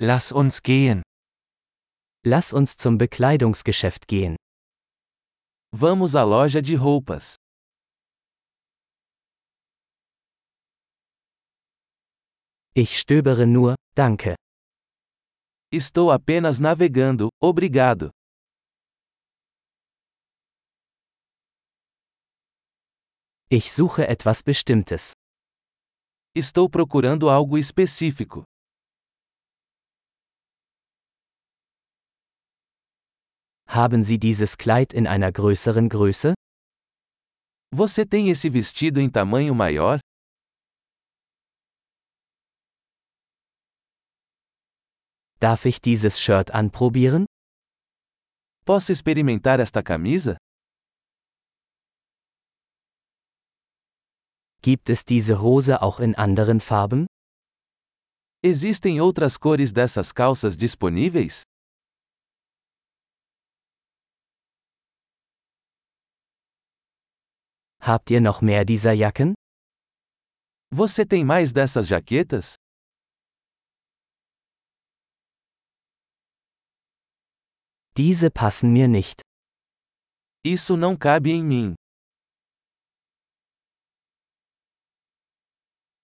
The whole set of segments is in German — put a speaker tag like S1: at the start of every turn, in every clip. S1: Lass uns gehen.
S2: Lass uns zum Bekleidungsgeschäft gehen.
S3: Vamos à loja de roupas.
S2: Ich stöbere nur, danke.
S3: Estou apenas navegando, obrigado.
S2: Ich suche etwas Bestimmtes.
S3: Estou procurando algo específico.
S2: Haben Sie dieses Kleid in einer größeren Größe?
S3: Você tem esse vestido em tamanho maior?
S2: Darf ich dieses Shirt anprobieren?
S3: Posso experimentar esta camisa?
S2: Gibt es diese Hose auch in anderen Farben?
S3: Existem outras cores dessas calças disponíveis?
S2: Habt ihr noch mehr dieser Jacken?
S3: Você tem mais dessas jaquetas?
S2: Diese passen mir nicht.
S3: Isso não cabe em mim.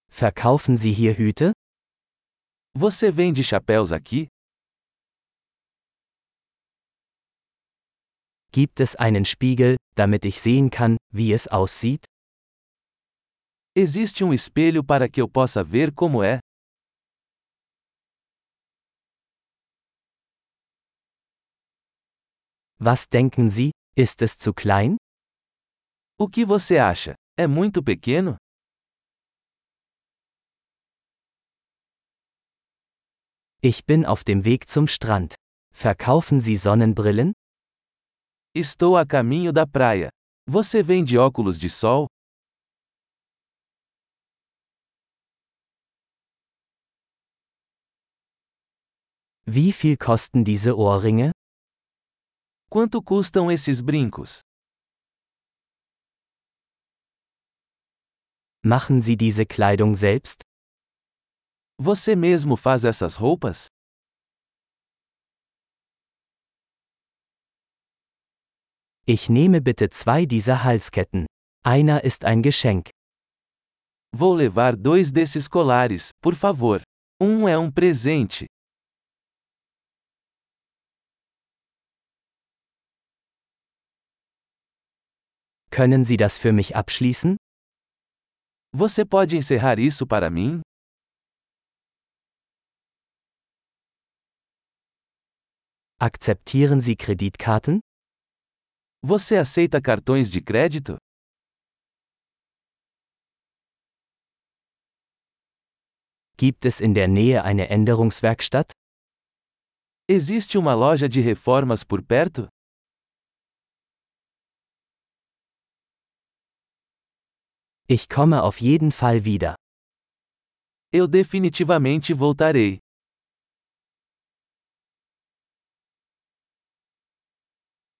S2: Verkaufen Sie hier Hüte?
S3: Você vende chapéus aqui?
S2: Gibt es einen Spiegel, damit ich sehen kann, wie es aussieht?
S3: Existe um espelho para que eu possa ver como é?
S2: Was denken Sie, ist es zu klein?
S3: O que você acha? É muito pequeno?
S2: Ich bin auf dem Weg zum Strand. Verkaufen Sie Sonnenbrillen?
S3: Estou a caminho da praia. Você vende óculos de sol?
S2: Wie viel kosten diese Ohrringe?
S3: Quanto custam esses brincos?
S2: Machen Sie diese Kleidung selbst?
S3: Você mesmo faz essas roupas?
S2: Ich nehme bitte zwei dieser Halsketten. Einer ist ein Geschenk.
S3: Vou levar dois desses colares, por favor. Um é um presente.
S2: Können Sie das für mich abschließen?
S3: Você pode encerrar isso para mim?
S2: Akzeptieren Sie Kreditkarten?
S3: Você aceita cartões de crédito?
S2: Gibt es in der Nähe eine Änderungswerkstatt?
S3: Existe uma loja de reformas por perto?
S2: Ich komme auf jeden Fall wieder.
S3: Eu definitivamente voltarei.